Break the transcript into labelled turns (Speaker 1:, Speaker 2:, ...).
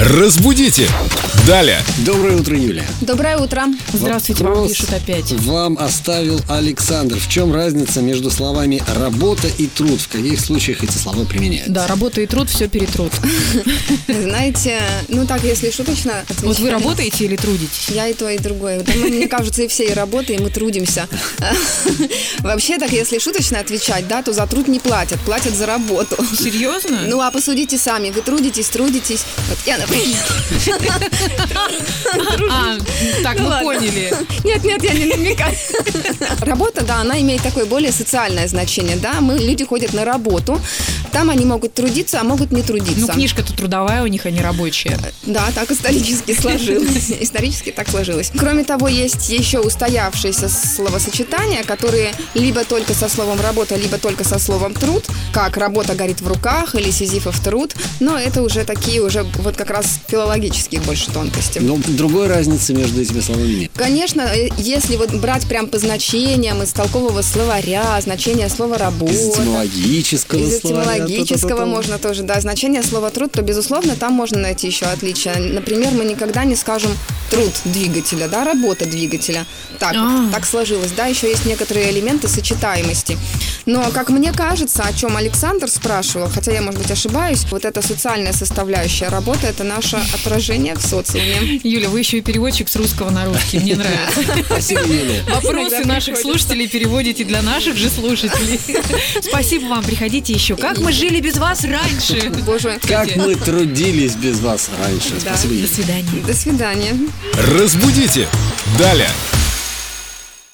Speaker 1: Разбудите! Далее!
Speaker 2: Доброе утро, Юля.
Speaker 3: Доброе утро.
Speaker 4: Здравствуйте, вам
Speaker 2: Вопрос
Speaker 4: пишут опять.
Speaker 2: Вам оставил Александр. В чем разница между словами «работа» и «труд»? В каких случаях эти слова применяются?
Speaker 4: Да, работа и труд, все перетрут.
Speaker 3: Вы Знаете, ну так, если шуточно отвечать.
Speaker 4: Вот вы работаете или трудитесь?
Speaker 3: Я и то, и другое. Вот мы, мне кажется, и все и работаем, и трудимся. Вообще, так, если шуточно отвечать, да, то за труд не платят, платят за работу.
Speaker 4: Серьезно?
Speaker 3: Ну, а посудите сами, вы трудитесь, трудитесь. Вот я, например.
Speaker 4: а, так,
Speaker 3: Ну
Speaker 4: мы
Speaker 3: ладно.
Speaker 4: поняли.
Speaker 3: Нет, нет, я не намекаю. Работа, да, она имеет такое более социальное значение, да. Мы, люди ходят на работу, там они могут трудиться, а могут не
Speaker 4: Ну,
Speaker 3: трудиться.
Speaker 4: книжка-то трудовая у них, а не рабочая.
Speaker 3: Да, так исторически сложилось. Исторически так сложилось. Кроме того, есть еще устоявшиеся словосочетания, которые либо только со словом «работа», либо только со словом «труд», как «работа горит в руках» или «сизифов труд», но это уже такие уже вот как раз филологические больше тонкости.
Speaker 2: Но Ну, другой разницы между этими словами нет.
Speaker 3: Конечно, э, если вот брать прям по значениям из толкового словаря, значение слова
Speaker 2: Из
Speaker 3: «работа»,
Speaker 2: этимологического
Speaker 3: из
Speaker 2: словаря,
Speaker 3: этимологического
Speaker 2: то-то-то-то.
Speaker 3: можно тоже, да, значение слова труд, то, безусловно, там можно найти еще отличия. Например, мы никогда не скажем труд двигателя, да, работа двигателя. Так,
Speaker 4: А.
Speaker 3: вот, так сложилось, да, еще есть некоторые элементы сочетаемости. Но, как мне кажется, о чем Александр спрашивал, хотя я, может быть, ошибаюсь, вот эта социальная составляющая работа – это наше отражение в социуме.
Speaker 4: Юля, вы еще и переводчик с русского на русский, мне нравится.
Speaker 2: Спасибо, Юля.
Speaker 3: Иногда
Speaker 4: Вопросы наших
Speaker 3: приходится.
Speaker 4: слушателей переводите для наших же слушателей. Спасибо вам, приходите еще. Как мы жили без вас раньше?
Speaker 3: Боже,
Speaker 2: Как мы трудились без вас раньше.
Speaker 3: Да.
Speaker 2: Спасибо, Юля.
Speaker 4: До свидания.
Speaker 3: до свидания.
Speaker 1: Разбудите! Далее!